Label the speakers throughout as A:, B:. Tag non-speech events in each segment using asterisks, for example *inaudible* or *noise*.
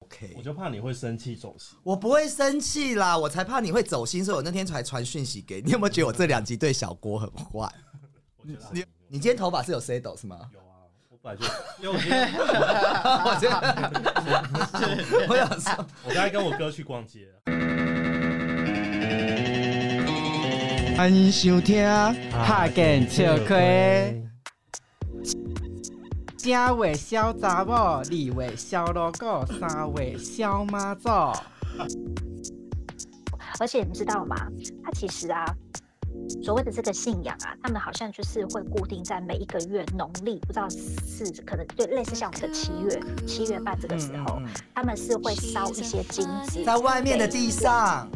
A: OK。
B: 我就怕你会生气走心。
A: 我不会生气啦，我才怕你会走心，所以我那天才传讯息给你。你有没有
B: *laughs*
A: 觉得我这两集对小郭很坏？
B: 我觉得
A: 你你今天头发是有 set 是吗？
B: 有啊，我本来就，因为我今天
A: *laughs* 我觉得我想说，
B: 我刚才跟我哥去逛街，
C: 欢迎收听
B: 啊
C: 《哈根笑亏》，正话小查某，二话小老狗，三话小妈祖。
D: 而且你知道吗？它其实啊，所谓的这个信仰啊，他们好像就是会固定在每一个月农历，不知道是可能就类似像我们的七月、七月半这个
A: 嗯
D: 时候，他们是会烧一些金子
A: 在外面的地。上，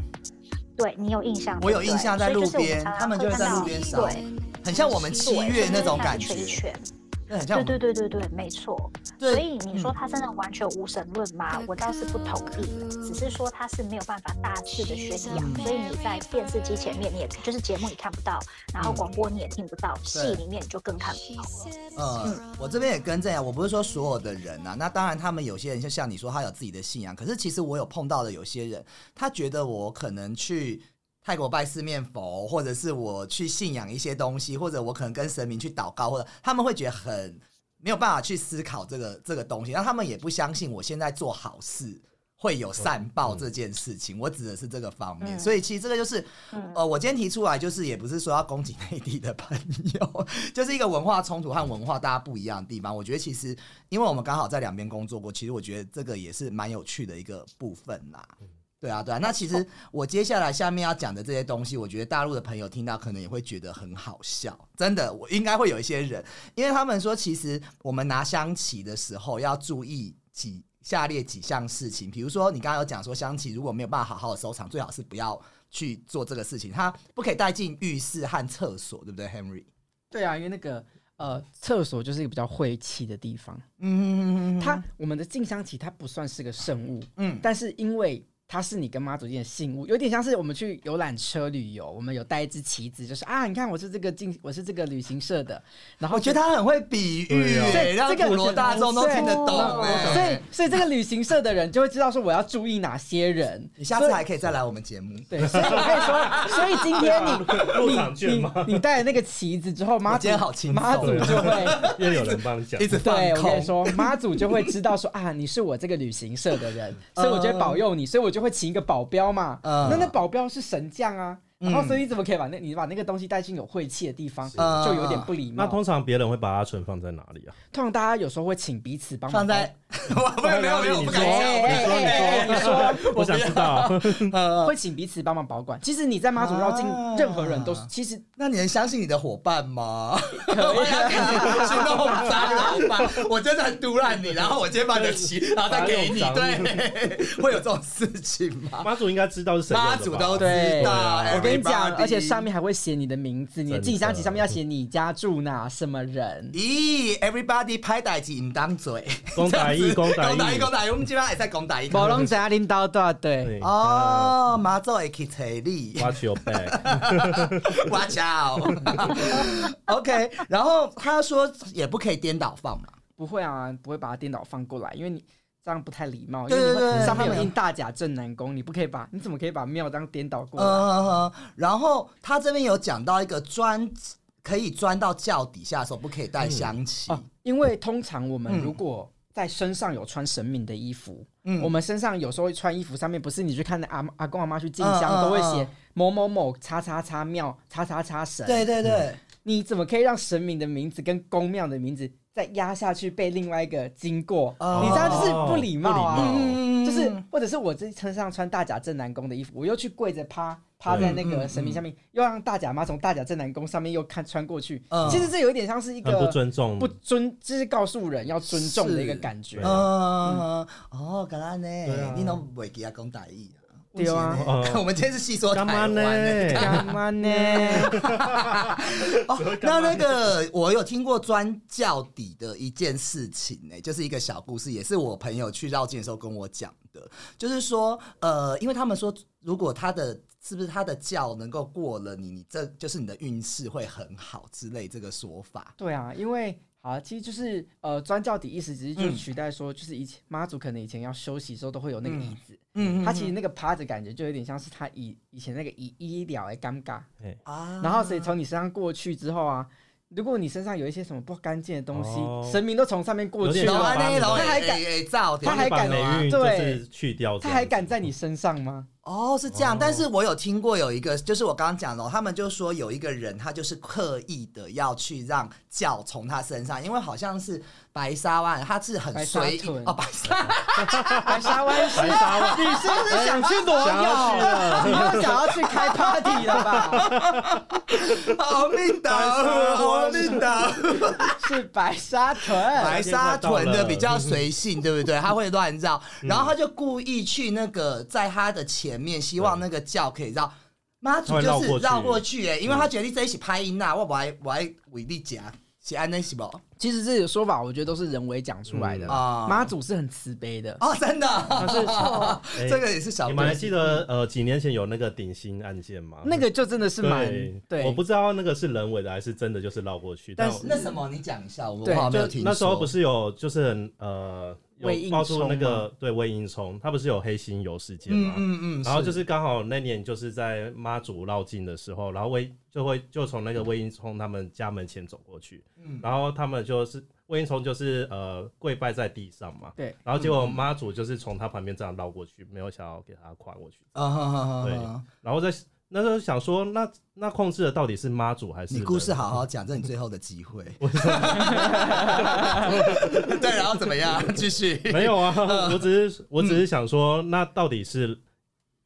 D: 对你有印象？
A: 我有印象在路
D: 对不对所以就是
A: 边
D: 我们常常
A: 他们就会在
D: 看到
A: 路边烧
D: 对，
A: 很像我们七月那种感
D: 对就
A: 觉，
D: 是像一圈
A: 那很像我
D: 对
A: 们
D: 对对对对，没错。
A: 对嗯
D: 所以你说他真的完全无神论吗？我倒是不同意的，只是说他是没有办法大肆的宣扬，所以你在电视机前面你也就是节目你看不到，然
A: 嗯
D: 后广播你也听不到，戏里面你就更看不到了。
A: 呃，我这边也更正一下，我不是说所有的人啊，那当然他们有些人就像你说，他有自己的信仰，可是其实我有碰到的有些人，他觉得我可能去。泰国拜四面佛，或者是我去信仰一些东西，或者我可能跟神明去祷告，或者他们会觉得很没有办法去思考这个这个东西，那他们也不相信我现在做好事会有善报这件事情。我指的是这个方面，
D: 嗯
A: 所以其实这个就是
D: 嗯，
A: 呃，我今天提出来就是也不是说要攻击内地的朋友， *laughs* 就是一个文化冲突和文化大家不一样的地方。我觉得其实因为我们刚好在两边工作过，其实我觉得这个也是蛮有趣的一个部分啦。对啊，对啊。那其实我接下来下面要讲的这些东西，我觉得大陆的朋友听到可能也会觉得很好笑，真的，我应该会有一些人，因为他们说，其实我们拿香旗的时候要注意几下列几项事情，比如说你刚刚有讲说香旗如果没有办法好好的收藏，最好是不要去做这个事情，它不可以带进浴室和厕所，对不对，Henry？
C: 对啊，因为那个呃，厕所就是一个比较晦气的地方。
A: 嗯，
C: 它我们的静香旗它不算是个圣物，
A: 嗯
C: 但是因为它是你跟妈祖之间的信物，有点像是我们去游览车旅游，我们有带一支旗子，就是啊，你看我是这个进，我是这个旅行
A: *laughs*
C: 社的，然后
A: 我觉
C: 就
A: 得他很会比喻、
B: 对啊
A: 欸，
C: 这
A: 让
C: 这个
A: 普罗大众都听得懂、
C: 所
A: 欸。
C: 以所以这个旅行社的人就会知道说我要注意哪些人。
A: 你下次还可以再来我们节目。
C: 对，所以我跟你说，所以今天
B: *laughs* 啊入入场券
C: 你
B: 吗
C: 你你你带了那个旗子之后，妈
A: 我今
C: 祖
A: 天好轻松
C: 妈祖
A: *laughs*
C: 就会。
B: 因为有人帮你讲
A: 一，直放
C: 对，我跟
A: 空
C: 你，说，妈祖就会知道说啊，你是我这个旅行社的人，所以我就会保佑你，所以我就会请一个保镖嘛。
A: 嗯
C: 那那保镖是神将啊，然后所以你怎么可以把那你把那个东西带进有晦气的地方，
A: 嗯
C: 就有点不礼
B: 那
C: 貌。
B: 通常别人会把阿纯放在哪里啊？
C: 通常大家有时候会请彼此帮忙
A: 放在 *laughs* 我不没有没有，我不敢
C: 哎
A: 讲。我不敢
C: 哎
A: 讲
C: 哎哎你说，
B: 我想知道，
C: 会请彼此帮忙保管。其实你在妈祖绕境
A: 嗯啊，
C: 任何人都是，其实
A: 那你能相信你的伙伴吗？
C: 可以啊。
A: 行动渣老板， *laughs* 我真的很毒烂你，然后我今天把你的旗，然后再给你，
B: 把你弄
A: 对，会有这种事情吗？
B: 妈祖应该知道是谁用的吧
A: 妈祖都知
C: 对啊
A: 道，哎
C: 我跟你讲，
A: everybody
C: 而且上面还会写你的名字，你的
B: 真的
C: 进香旗上面要写你家住哪什
A: *laughs*
C: 么人。
A: 咦，everybody 拍代志唔当嘴，
B: 公打一公打一
A: 讲台语，讲台语，我们今晚也在讲台语。*laughs*
C: 宝龙家领导多少对，
B: 对
A: 哦，马祖会去找 *laughs* 你。
B: ，Watch your back，
A: 哇 *laughs* 操！OK，然后他说也不可以颠倒放嘛，
C: 不会啊，不会把它颠倒放过来，因为你这样不太礼貌。
A: 对
C: 因为你会
A: 对对对
C: 上
A: 他
C: 面有
A: 们
C: 印大甲镇南宫，你不可以把，你怎么可以把庙这样颠倒过来？
A: 嗯，然后他这边有讲到一个钻，可以钻到轿底下的时候不可以带香旗。
C: 哦，因为通常我们如果在身上有穿神明的衣服，
A: 嗯
C: 我们身上有时候会穿衣服上面不是你去看那阿阿公阿妈去进
A: 嗯嗯
C: 香都会
A: 嗯
C: 写某某某叉叉叉庙叉叉叉神，
A: 对对对，
C: 你怎么可以让神明的名字跟公庙的名字再压下去被另外一个经过？
A: 哦
C: *laughs* 你这样就是不礼貌啊！
B: 哦不礼貌
A: 嗯
C: 就是或者是我这身上穿大甲镇南宫的衣服，我又去跪着趴趴在那
A: 嗯
C: 个神明下面，又让大甲妈从大甲镇南宫上面又看穿过去。
A: 嗯
C: 其实这有一点像是一
B: 很
C: 个
B: 不尊重，
C: 不尊，就是告诉人要尊重的一个感觉
B: 是。
A: 嗯，哦，橄榄
B: 对
A: 呢
B: 啊？
A: 你拢袂记啊讲大意啊？
C: 对啊
A: 我们今天
B: 嗯
A: 我们今天是细说
B: 干
A: 台
B: 嘛
A: 湾
B: 呢
A: 呢。
C: 干嘛
A: *laughs*
C: 呢？
A: 嗯哦，那那个我有听过钻教底的一件事情呢、就是一个小故事，也是我朋友去绕境的时候跟我讲的，就是说，呃，因为他们说，如果他的是不是他的教能够过了你，你这就是你的运势会很好之类这个说法。
C: 对啊，因为好，其实就是呃，专教底意思只是就
A: 嗯
C: 取代说，就是以前妈祖可能以前要休息的时候都会有那个椅子，
A: 嗯
C: 他其实那个趴着感觉就有点像是他以以前那个以医疗的尴尬，
A: 啊
C: 然后所以从你身上过去之后啊，如果你身上有一些什么不干净的东西，
B: 哦
C: 神明都从上面过去
B: 有点
A: 然后
B: 像
C: 了，
A: 那一楼
C: 他还敢
A: 诶诶照，
C: 他还
B: 把
C: 敢
B: 霉运就
C: 对
B: 是去掉这
C: 他
B: 样子，
C: 还敢在你身上吗？
A: 哦，是这样
B: 哦，
A: 但是我有听过有一个，就是我刚刚讲的哦，他们就说有一个人，他就是刻意的要去让教从他身上，因为好像是白沙湾，他是很
C: 白沙
A: 随意
C: 屯
A: 哦，白沙，
C: 白沙
B: *laughs*
C: 湾是，
B: 白沙湾
C: *laughs* 你是不是想去裸
B: 哎想要去啊
C: 泳？
B: 了
C: 你又想要去开 party
B: *laughs*
C: 了吧？
A: 好命岛，
B: 白沙
A: 好
B: 湾
A: 命岛，
B: *laughs*
C: 是白沙屯，
A: 白沙屯的比较随性，对不对？他会乱绕，
B: 嗯
A: 然后他就故意去那个在他的前面，希望那个教可以绕。妈祖就
B: 他会
A: 是绕
B: 绕
A: 过
B: 过嗯
A: 去哎、因为他决定在一起拍音呐，我不爱我爱伟力夹，是安那是不？
C: 其实这些说法，我觉得都是人为讲出来的。
B: 嗯
A: 啊
C: 妈祖是很慈悲的，
A: 哦，真的， *laughs*
B: 哎
A: 这个也是小
B: 你
A: 故
B: 们还
A: 事
B: 记得呃几年前有那个顶新案件吗？
C: 那个就真的是蛮
B: 对，
C: 对。
B: 我不知道那个是人为的还是真的，就是绕过去。
C: 但
B: 我
C: 是
A: 那什么，你讲一下，我
C: 对
A: 好像没有
B: 就
A: 听。
B: 那时候不
A: 是，
B: 是有就是很呃
C: 魏应
B: 有爆出那
C: 冲
B: 个对魏应冲，他不是有黑心油事件
A: 嗯
B: 吗？
A: 嗯嗯，
B: 然后就是刚好那年就是在妈祖绕境的时候，然后魏就会就从那个魏应冲他们家门前走过去，
A: 嗯
B: 然后他们就是魏应冲就是呃跪拜在地上嘛，
C: 对，嗯
B: 然后结果妈祖就是从他旁边这样绕过去，没有想要给他跨过去，
A: 啊哈哈哈
B: 对
A: 哈，
B: 然后在那时候想说，那那控制的到底是妈祖还是
A: 你
B: 人
A: 故事好好讲，这是你最后的机
B: *laughs*
A: 会。 *laughs* 对，然后怎么
B: *laughs*
A: 样？继续。
B: 没有
A: *laughs*
B: 啊，
A: 嗯
B: 我只是我只是想说，那到底是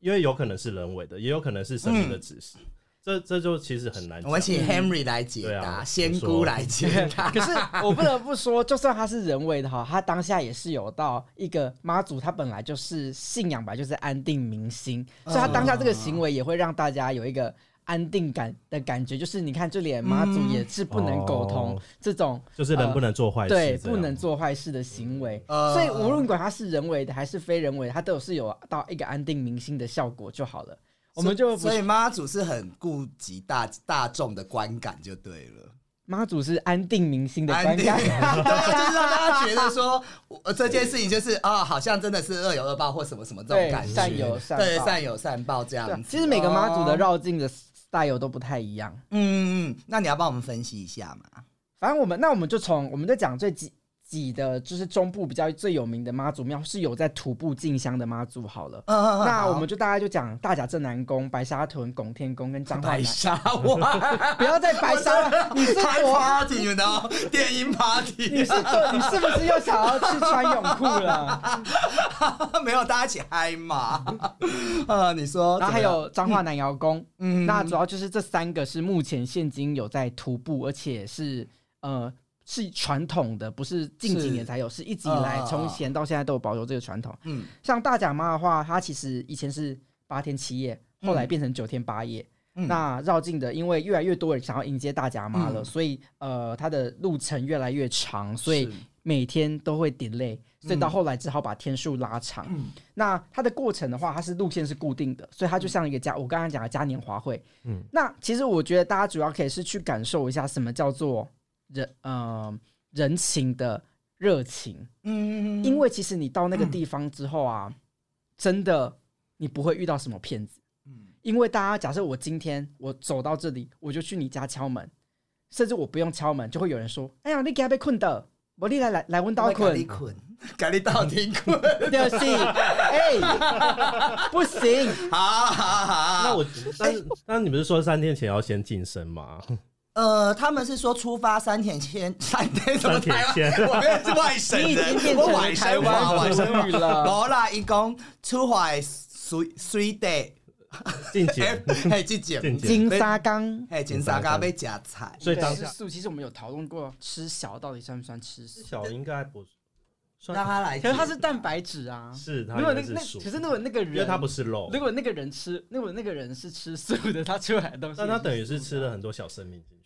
B: 因为有可能是人为的，也有可能是神明的指示，这这就其实很难
A: 嗯我
B: 讲
A: 们。请 Henry 来解
B: 对
A: 答，
B: 啊
A: 仙姑来解答。
C: 可是我不得不说，就算他是人为的哈，他当下也是有到一个妈祖，他本来就是信仰吧，就是安定民心，
A: 嗯
C: 所以他当下这个行为也会让大家有一个安定感的感觉。就是你看，就连妈祖也是不能苟同、
A: 嗯
B: 哦
C: 这种
B: 就是人不能做坏事，
C: 呃
A: 哦
C: 对
B: 这样
C: 不能。做坏事的行为。
A: 呃
C: 所以无论管他是人为的还是非人为的，他都是有到一个安定民心的效果就好了。我们就不
A: 所以妈祖是很顾及大大众的观感就对了，
C: 妈祖是安定民心的观
A: 安定，
C: 感
A: *laughs* 对，。啊就是让大家觉得说，我这件事情就是啊，好像真的是恶有恶报或什么什么这种
C: 对
A: 感觉，
C: 善有善
A: 对
C: 报
A: 善有善报这
C: 对
A: 样
C: 啊
A: 子。
C: 其实每个妈祖的
A: 哦
C: 绕境的 style 都不太一样。
A: 嗯，嗯嗯，那你要帮我们分析一下嘛？
C: 反正我们那我们就从我们在讲最挤挤的，就是中部比较最有名的妈祖庙是有在徒步进香的妈祖好了。
A: 嗯嗯嗯
C: 那我
A: 好
C: 们就大概就讲大甲镇南宫、白沙屯、拱天宫跟彰化
A: *laughs* 白
C: 南，
A: 沙湾
C: 不要再白沙了， *laughs* 你是
A: 开
C: 我，
A: party，你知道电音 party，
C: 你是对你是不是又想要去穿泳裤了？
A: *laughs* 没有大家一起嗨嘛？ *laughs* 呃，你说，
C: 然后还，有彰化南窑宫，
A: 嗯
C: 那主要就是这三个是目前现今有在徒步，而且是呃是传统的，不是近几
A: 是
C: 年才有，是一直以来
A: 嗯嗯嗯
C: 从以前到现在都有保留这个传统。
A: 嗯
C: 像大甲妈的话，它其实以前是八天七夜，后来
A: 嗯
C: 变成九天八夜。
A: 嗯
C: 那绕境的，因为越来越多人想要迎接大甲妈了，
A: 嗯
C: 所以呃，它的路程越来越长，所以
A: 是
C: 每天都会 delay，所以到后来只好把天数拉长。
A: 嗯
C: 那它的过程的话，它是路线是固定的，所以它就像一个嘉，我刚刚讲的嘉年华会。嗯
B: 嗯，
C: 那其实我觉得大家主要可以是去感受一下什么叫做人呃人情的热情，
A: 嗯，
C: 因为其实你到那个地方之后啊，真的你不会遇到什么骗子，
A: 嗯
C: 因为大家假设我今天我走到这里，我就去你家敲门，甚至我不用敲门，就会有人说：“哎呀，你给他被困的，我你来来来问到
A: 咖 *laughs*
C: 困
A: 喱。”捆，咖喱倒听捆， *laughs*
C: 就是，哎、不行，
A: 好好好。
B: 那我，但是但是你不是说三天前要先晋升吗？ *laughs*
A: 呃，他们是说出发三天前， *laughs* 三天什么
B: 三天
A: 台
B: 前
A: 湾？我们是外省
C: 你已经
A: 人，
C: 变
A: 我
C: 成
A: 外
C: 台
A: 省话，
C: 湾
A: 外省
C: 母语了。
A: 无啦，伊讲出海 three three day，
B: 进
A: *laughs*
B: 阶，
A: 哎嘿，这节，
B: 进阶。
C: 金沙缸，
A: 嘿，金沙咖被夹菜。
B: 所以当
C: 吃
B: 下
C: 素，其实我们有讨论过吃小到底算不算吃素，
B: 小应该不
A: 让
B: 算
A: 他来解，
C: 可是它是蛋白质啊。
B: 是，他
C: 如果
B: 应该
C: 那个
B: 是
C: 那
B: 素，
C: 可是如果那个人，
B: 因为他不是肉
C: 如，果那个人吃，如果那个人是吃素的，他出来的东西也
B: 但
C: 素的，啊
B: 他等于是吃了很多小生命进去。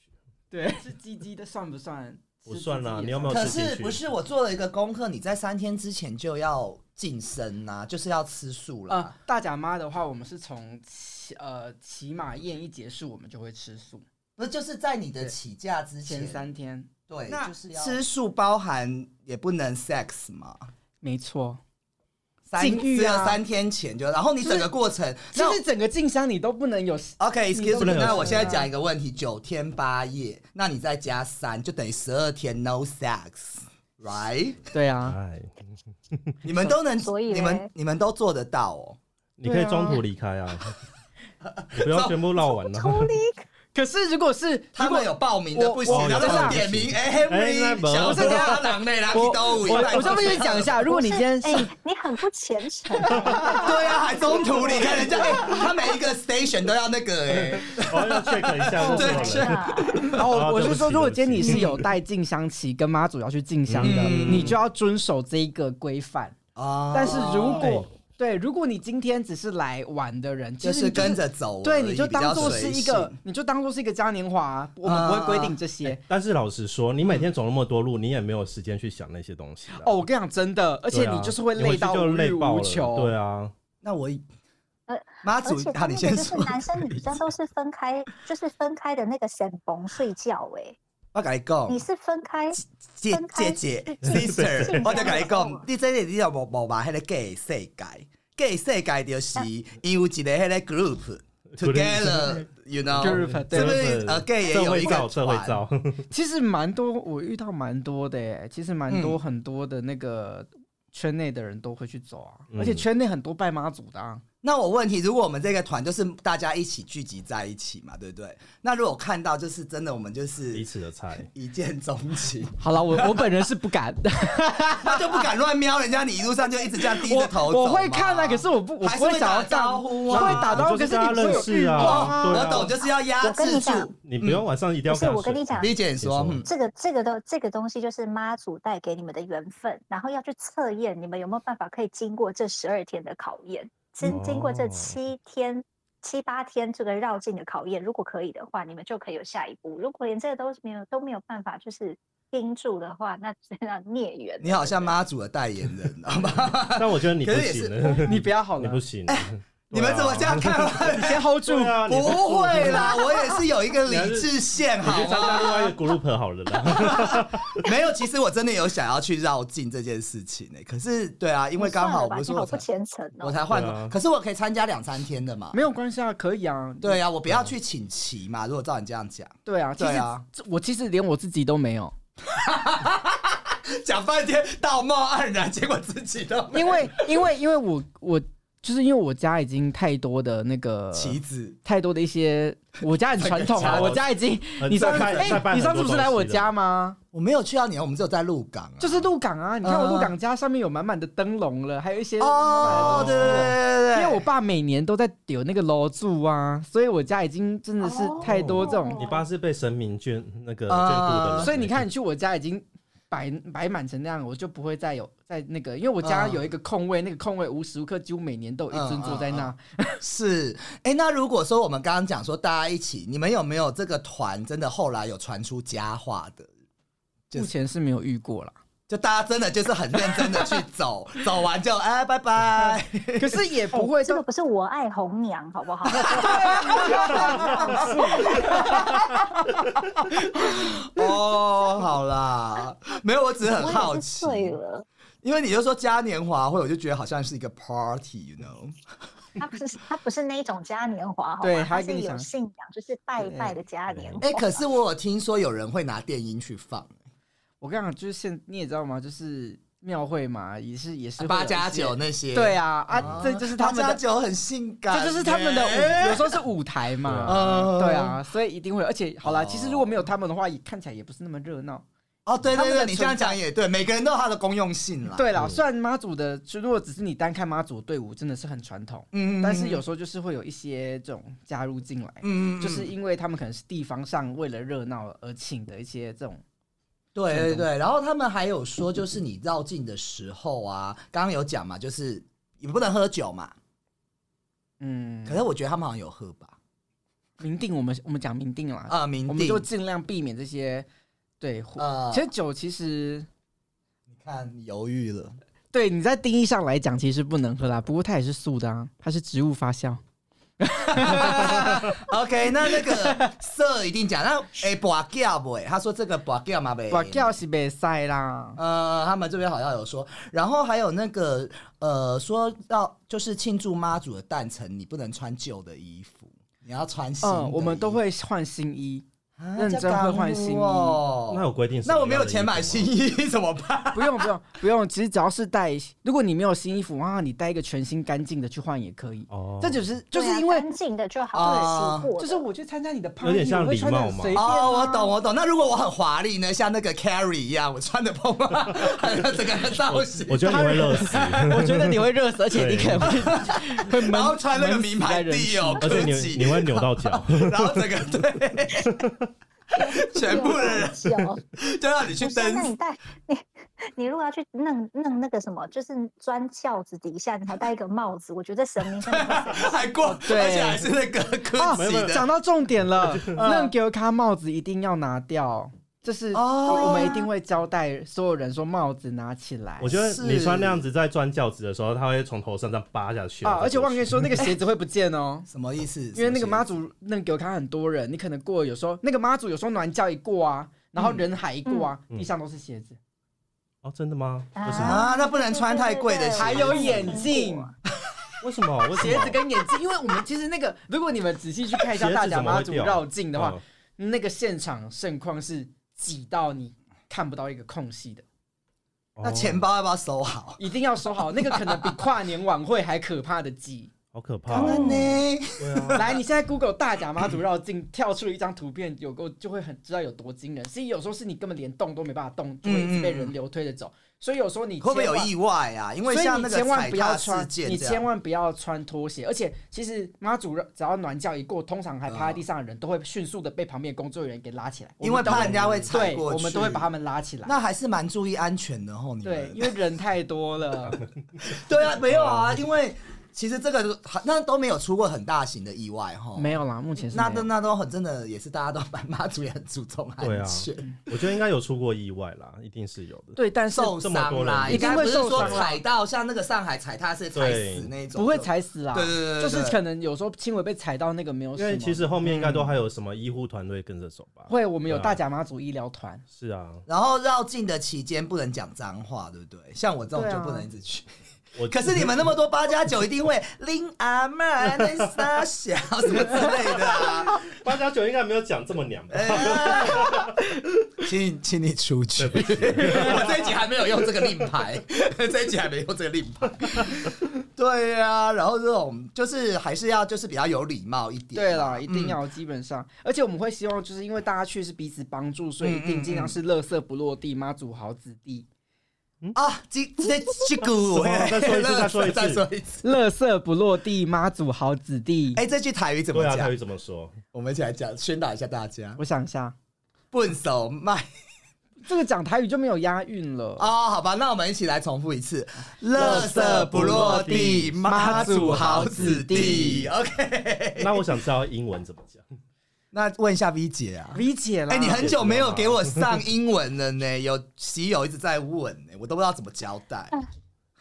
C: 对，吃鸡鸡的算不算？
B: 不算啊
C: 吃鸡鸡也
B: 你有没有
A: 可
B: 吃进
A: 是
B: 去
A: 不是我做了一个功课，你在三天之前就要晋升呐、就是要吃素啦。
C: 呃，大甲妈的话，我们是从骑呃骑马宴一结束，我们就会吃素，
A: 不是就是在你的
C: 对
A: 起价之前，
C: 前三天。
A: 对，
E: 那
A: 就是要
E: 吃
A: 吃素包含也不能 sex 嘛。
C: 没错，
A: 三
C: 禁欲啊
A: 只有三天前就，然后你整个过程，
C: 其
A: 那
C: 实整个静香你都不能有，啊
A: OK，excuse、
B: 不
A: me，
B: 能有
A: 那
B: 事
A: 我现在讲一个问题，九天八夜，那你再加三，就等于十二天 no sex，right？
C: 对啊，
B: 哎，
A: 你们都能，
D: 所以嘞
A: 你们你们都做得到哦。
B: 你可以中途离开啊，
C: *laughs*
B: 你不要全部绕完啊了。 *laughs*
C: 可是如果是
A: 他们有报名的
C: 我
A: 不行，
B: 我
A: 然后
B: 我
A: 他们点名，哎
B: 哎那不
A: ，Henry，小郑他狼嘞，拉皮
C: 我
A: 都
C: 我
A: 五，
C: 我这边讲一下，如果你
D: 不
C: 今
D: 是
C: 天是
D: 哎、你很不虔诚，
A: *laughs*
D: 哎
A: 对啊，还中途你看人家，哎他每一个 station 都要那个
C: *laughs*
A: 哎，
B: 我要 check 一下
A: 对
B: 是什么人。
C: 哦，
B: 啊
C: 我
B: 对
C: 是
B: 不
C: 说，
B: 起
C: 如果
B: 对
C: 今
B: 不
C: 天你
B: 起嗯
C: 是有带进香旗跟妈祖要去进香的，
A: 嗯
C: 你就要遵守这一个规范。
A: 啊
C: 但是如果
B: 哎
C: 对，如果你今天只是来玩的人，其
A: 就
C: 实你
A: 是
C: 就
A: 跟着走而已，
C: 对，你就
A: 比较
C: 当做
A: 随
C: 是一
A: 性
C: 个，你就当做是一个嘉年华啊，我们不会规定这些。
B: 但是老实说，你每天走那么多路，你也没有时间去想那些东西啦
C: 嗯哦，，我跟你讲，真的，而且
B: 对啊
C: 你就是会累
B: 你
C: 到无
B: 回去就累
C: 欲
B: 爆
C: 无
B: 了
C: 求。
B: 对啊，
A: 那我
D: 呃，
A: 妈
D: 而
A: 祖
D: 且，他
A: 好，
D: 们
A: 你
D: 的
A: 先
D: 就是
A: 说。
D: 男生女生都是分开，就是分开的那个神崩睡觉、哎，
A: *laughs* 我跟你讲
D: 你，是分开，
A: 姐
D: 分开
A: 姐姐
D: 是是是
A: ，sister，我就跟你
D: 是
A: 讲，你这里你就无无把迄个 gay 世界，gay 世界就是
D: 呃
A: 因有一个迄个 group。Together，you know，
C: Group，对
A: 是不是？呃，gay 也
B: 社
A: 有
B: 会
A: 一个
B: 照，社会
A: 团
C: *laughs*
B: 照，
C: 其实蛮多，我遇到蛮多的耶，其实蛮
A: 嗯
C: 多很多的那个圈内的人都会去走啊，而且
B: 嗯
C: 圈内很多拜妈祖的啊。
A: 那我问题，如果我们这个团就是大家一起聚集在一起嘛，对不对？那如果看到就是真的，我们就
B: 彼
A: 是
B: 此的菜。
A: 一见钟情， *laughs*
C: 好了，我我本人是不敢， *laughs*
A: 那就不敢乱瞄人家，你一路上就一直这样低着头
C: 我我会看啊，
A: 啊，
C: 可是我不我
A: 还
C: 不
A: 是会
C: 想要
A: 打招呼啊
C: 我会打招呼，
B: 你就
C: 可
B: 是是跟
C: 你
B: 他
C: 会有
B: 认识
C: 欲
B: 啊
C: 望啊。
B: 对
A: 我
B: 啊
A: 懂，就是要压
D: 我跟你
A: 制
D: 讲
A: 住。
B: 你不用晚上一定要
D: 不是
B: 看
D: 我跟
B: 水
D: 你讲
A: 李姐说，嗯
D: 这个这个的这个东西就是妈祖带给你们的缘分，然后要去测验你们有没有办法可以经过这十二天的考验，经经过这
B: 哦
D: 七天。七八天这个绕境的考验，如果可以的话，你们就可以有下一步；如果连这个都没有都没有办法，就是盯住的话，那真的要孽缘。
A: 你好像妈祖的代言人，好吗？
B: 但我觉得你不
A: 可是也
B: 行，
C: 你不要
B: *laughs*
C: 好
B: 你
C: 了
B: 不，行。
C: 哎
A: 你们怎么这样看我？
C: *laughs* 你先 hold 住
B: 对。啊？你
A: 不会啦，我也是有一个理智
B: *laughs*
A: 线，
B: 你去
A: 好
B: 参加另
A: 吗？
B: 外一个 group 好了
C: *laughs*
B: 啦。
A: 没有，其实我真的有想要去绕境这件事情呢、可是，对啊，因
D: 因
A: 为刚好
D: 好
A: 我不是
D: 你好
A: 我
D: 不
A: 才
D: 虔诚
A: 我
D: 哦。
A: 才换
B: 对
A: 过，
B: 啊
A: 可是我可以参加两三天的嘛。
C: 没有关系啊，可以啊。
A: 对啊，我不要去请旗嘛。如果照你这样讲， *laughs*
C: 对啊，其实
A: 对啊
C: 这我其实连我自己都没有，
A: 讲半天道貌岸然，结果自己都
C: 因为因为因为我我就是因为我家已经太多的那个
A: 棋子。
C: 太多的
A: *laughs*
C: 一些，我家很传统啊，
B: 很
C: 我家已经
B: 很
C: 你上次
B: 呃在办在
C: 哎，
B: 办
C: 你上次
B: 很多
C: 不是来我
B: 东西
C: 家
B: 了
C: 吗？
A: 我没有去到你，我们只有在鹿港、啊。
C: 就是鹿港啊，你看我鹿港家上面有满满的灯笼了，还有一些
A: 嗯哦，对对对对对
C: 因
A: 对，
C: 为我爸每年都在丢那个楼柱啊，所以我家已经真的是太多这种，
B: 你爸是被神明眷那个眷
A: 啊
B: 顾的人，
C: 哦所以你看你去我家已经摆摆满成那样，我就不会再有在那个，因为我家有一个空位，那个空位无时无刻几乎每年都有一尊坐在那。
A: 是，哎，那如果说我们刚刚讲说大家一起，你们有没有这个团真的后来有传出佳话的？就是
C: 目前是没有遇过啦，
A: 就大家真的就是很认真
C: *laughs*
A: 的去走，走完就哎拜拜。
C: 可是也不会
D: 这个
C: 到
D: 不是我爱红娘，好不好？ *laughs*
A: 哦，好啦，没有，我只是很
D: 我
A: 好
D: 也是
A: 奇，
D: 醉了，
A: 因为你就说嘉年华会，我就觉得好像是一个 party，you know？
D: 他不是他不是那一种嘉年华，好吗
C: 对他跟
D: 他是
C: 你
D: 有
C: 讲
D: 信仰，就是拜拜的嘉年华。
A: 哎、可是我有听说有人会拿电音去放
C: 我跟你讲，就是现你也知道吗？就是庙会嘛，也是也是会有一
A: 八
C: 些
A: 加九，那些，哦
C: 对啊啊，这就是他们
A: 八加
C: 的，
A: 九很性感
C: 这
A: 耶，
C: 就是他们的舞，有时候是舞台嘛。
A: 嗯
C: 对，啊，所以一定会，而且好啦，
A: 哦
C: 其实如果没有他们的话，也看起来也不是那么热闹。
A: 哦，对
C: 他
A: 对
C: 们的
A: 对，你这样
C: 存在
A: 讲也对，每个人都有他的公用性啦。，
C: 对啦，虽然妈祖的，就如果只是你单看妈祖队伍，真的是很传统，
A: 嗯
C: 但是有时候就是会有一些这种加入进来，
A: 嗯
C: 就是因为他们可能是地方上为了热闹而请的一些这种，
A: 对对对，然后他们还有说，就是你绕境的时候啊，刚刚有讲嘛，就是你不能喝酒嘛。
C: 嗯，
A: 可是我觉得他们好像有喝吧，
C: 明定我们我们讲明定啦，
A: 啊，明
C: 我们
A: 定
C: 就尽量避免这些，对，
A: 啊
C: 其实酒其实。
A: 你看犹豫了，
C: 对你在定义上来讲，其实不能喝啦。不过它也是素的啊，它是植物发酵。
A: *laughs* OK，那那个色一定讲，那哎，拔掉不？哎，他说这个拔掉嘛呗，
C: 我叫是被塞啦。
A: 呃，他们这边好像有说，然后还有那个呃，说到就是庆祝妈祖的诞辰，你不能穿旧的衣服，你要穿新的衣服。
C: 嗯，我们都会换新衣，
A: 啊
C: 认真会换新衣
A: 这样哦
B: 那有规定？
A: 那我没有钱买新，衣怎么办？
C: 不用不用 *laughs* 不用，其实只要是带，如果你没有新衣服啊，你带一个全新干净的去换也可以。
B: 哦
C: 这就是就
D: 对
C: 是
D: 啊
C: 因为
D: 干净的就
A: 啊
D: 好，不能洗过
C: 就
D: 的。
C: 是我去参加你的 party，
B: 有点像
C: 我会穿得很
B: 礼貌嘛
C: 随便啊
A: 哦，我懂，我懂。那如果我很华丽呢，像那个 Carrie 一样，我穿的蓬蓬，还有整个造型，
B: 我觉得你会
C: *laughs*
B: 热死，
C: 我觉得你会热死，而且你可能会会闷
A: 然后穿那个
C: 闷死
A: 名牌
C: 在人
A: 地
C: 群
A: 哦，
B: *laughs* 而且
A: 科技
B: 你你会扭到
C: *laughs*
B: 脚。
A: 然后整个对，全部的
D: *laughs*
A: 人
D: 有。
A: 就让你去
D: 不是，那
A: 登，
D: 你戴你 *laughs* 你如果要去弄弄那个什么，就是钻轿子底下，你还戴一个帽子，我觉得神明真的会生气
A: 还过，
C: 对
A: 而且还是那个科
C: 啊
A: 技的，嗯
C: 讲到重
A: *laughs*
C: 点了，那给我卡帽子一定要拿掉，这是
A: 哦。
C: 我们一定会交代所有人说帽子拿起来。啊
B: 我觉得你穿那样子在钻轿子的时候，他会从头上这样扒下去
C: 啊，而且我跟你说，那个鞋子会不见哦
A: 什么意思？
C: 因为那个妈
A: 妈，
C: 祖那给我看很多人，你可能过有时候那个妈祖有时候暖教一过啊，然后人海一过啊，
B: 嗯
C: 地上都是鞋子，
B: 哦，真的吗？为什么？
A: 啊那 *laughs* 不能穿太贵的鞋
C: 还有眼镜，
B: 为什么？为什么
C: 鞋子跟眼镜，因为我们其实那个如果你们仔细去看一下
B: *laughs* 鞋子
C: 大甲
B: 怎么会
C: 妈祖
B: 掉
C: 绕境的话
B: 嗯，
C: 那个现场盛况是挤到你看不到一个空隙的，
B: 哦
A: 那钱包要不要收好？
C: 一定要收好。那个可能比跨年晚会还可怕的挤。
B: 好可怕
A: 当
B: 哦！
A: 然呢，
B: 对
A: *laughs*
B: 啊，
C: 来，你现在 Google 大甲妈祖绕境，跳出一张图片，有够就会很知道有多惊人。所以有时候是你根本连动都没办法动，就会一直被人流推着走。所以有时候你
A: 会不会有
C: 千万
A: 意外啊？因为
C: 所以
A: 像那
C: 你
A: 个
C: 千万
A: 踩
C: 不要
A: 踏事
C: 穿，
A: 件
C: 你
A: 这
C: 千
A: 样，
C: 万不要穿拖鞋，而且其实妈祖只要暖教一过，通常还趴在地上的人都会迅速的被旁边的工作人员给拉起来，
A: 因为怕人家会踩
C: 对，
A: 过去，
C: 我们都会把他们拉起来。
A: 那还是蛮注意安全的吼，你
C: 对，
A: 们
C: 因为人太
A: *laughs*
C: 多了，
A: 对啊，没有啊，因为其实这个那都没有出过很大型的意外哈，
C: 没有啦，目前是
A: 哦那
C: 没
A: 都
C: 有
A: 那都很真的，也是大家都蛮妈祖也很注重
B: 对啊
A: 安全，
B: 我觉得应该有出过意外啦，一定是有的。
C: 对，但是
A: 受伤啦，
C: 一定
A: 应该
C: 会
A: 不是
C: 受
A: 说
C: 伤啦
A: 踩到像那个上海踩踏是踩
B: 对
A: 死那种，
C: 不会
A: 就
C: 踩死啦，
A: 对对对对
C: 就是
A: 对
C: 可能有时候轻微被踩到那个没有什
B: 因
C: 么。
B: 为其实后面应该都还有什么医护团队跟着走吧？
C: 会，我们有
B: 对啊
C: 大甲妈祖医疗团，
B: 是啊，
A: 然后绕境的期间不能讲脏话，对不对？像我这种
C: 对啊
A: 就不能一直去。
B: 我
A: 可是你们那么多八加九，一定会拎阿妈那撒小什么之类的、啊。
B: *laughs* 八加九应该没有讲这么娘吧？
A: 哎请请你出去！我这一集还没有用这个令牌， *laughs* 这一集还没用这个令牌。对呀、然后这种就是还是要就是比较有礼貌一点。
C: 对啦，一定
A: 嗯
C: 要基本上，而且我们会希望就是因为大家去是彼此帮助，所以一
A: 嗯嗯
C: 定尽
A: 嗯
C: 量是乐色不落地，妈祖好子弟，
A: 啊，这这这股，
B: 什么再说一次再说一次
A: *laughs* 再说一次。
C: 乐色不落地，妈祖好子弟。
A: 哎，这句台语怎么
B: 对啊，台
A: 讲
B: 语？怎么说？
A: 我们一起来讲，宣导一下大家。
C: 我想一下，
A: 笨手卖
C: 这个讲台语就没有押韵了。
A: 哦，好吧，那我们一起来重复一次： *laughs* 乐色不落地，妈祖好子弟。OK，
B: 那我想知道英文怎么
A: *laughs*
B: 讲。
A: 那问一下 V 姐啊。
C: 理解啦，
A: 哎、你很久没有给我上英文了呢， *laughs* 有喜友一直在问呢，我都不知道怎么交代。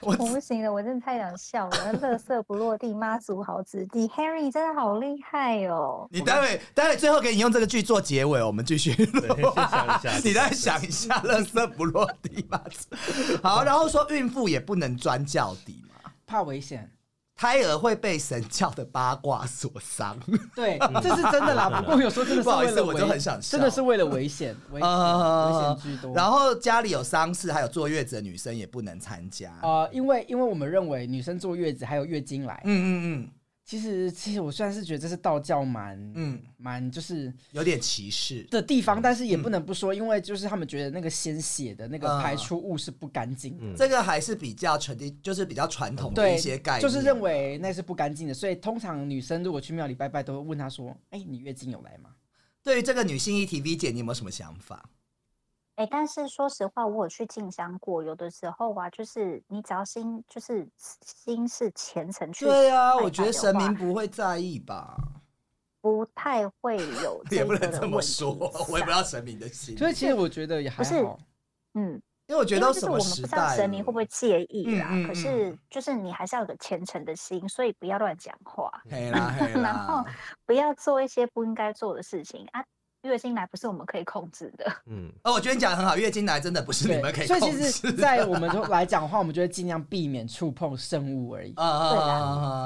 A: 我
D: 我不行了，我真的太想笑了。乐色不落地，妈祖好子弟。Harry 真的好厉害哦！
A: 你待会待会最后给你用这个剧做结尾，我们继续录。 *laughs*。
B: 对，先想一下
A: 你再想一下，垃圾不落地嘛？ *laughs* 好，然后说孕妇也不能钻轿底嘛，
C: 怕危险。
A: 胎儿会被神教的八卦所伤。
C: 对，这是真的啦。不过有时候真的是
A: 不好意思
C: 为了
A: 我
C: 危
A: 就很想笑
C: 真的是为了危险，危险
A: 呃
C: 危险居多。
A: 然后家里有丧事还有坐月子的女生也不能参加。
C: 呃，因为因为我们认为女生坐月子还有月经来，
A: 嗯嗯
C: 其实其实我虽然是觉得这是道教蛮
A: 嗯嗯，
C: 蛮就是
A: 有点歧视。
C: 的地
A: 嗯
C: 方，但是也不能不说，因为就是他们觉得那个鲜血的那个
A: 嗯
C: 排出物是不干净的。
B: 嗯
A: 这个还是比较传递，就是比较传统的
C: 对
A: 一些概，念，
C: 就是认为那是不干净的，所以通常女生如果去庙里拜拜，都会问她说：“哎、你月经有来吗
A: 对于这个女性议题，V 姐你有没有什么想法？
D: 哎，但是说实话，我有去进香过，有的时候啊，就是你只要心就是心是虔诚去，
A: 对啊，
D: 拜拜
A: 我觉得
D: 的
A: 神
D: 话
A: 明不会在意吧，
D: 不太会有
A: *laughs*
D: 这
A: 也不
D: 个
A: 能
D: 的
A: 这么
D: 问
A: *laughs*
D: 题
A: 说，我也不知道神明的心。
C: 所以其实我觉得也还
D: 不是
C: 好，
D: 嗯，
A: 因为我觉
D: 因
A: 得都
D: 为就是
A: 什么
D: 我们不
A: 时
D: 知道
A: 代，
D: 神明会
A: *laughs*
D: 不会介意啦，
A: 嗯嗯
D: 可是就是你还是要有个虔诚的心，所以不要乱讲话，
A: 黑
D: *laughs*
A: 啦黑啦，
D: 然后不要做一些不应该做的事情啊。月经来不是我们可以控制的，
B: 嗯，
A: 哦，我觉得你讲的很好，月经来真的不是
C: 对，
A: *laughs* 你们可
C: 所以
A: 控
C: 其
A: 制的。
C: 实，在我们就来讲的话，我们就会尽量避免触碰圣物而已。
A: *laughs* 啊啊啊啊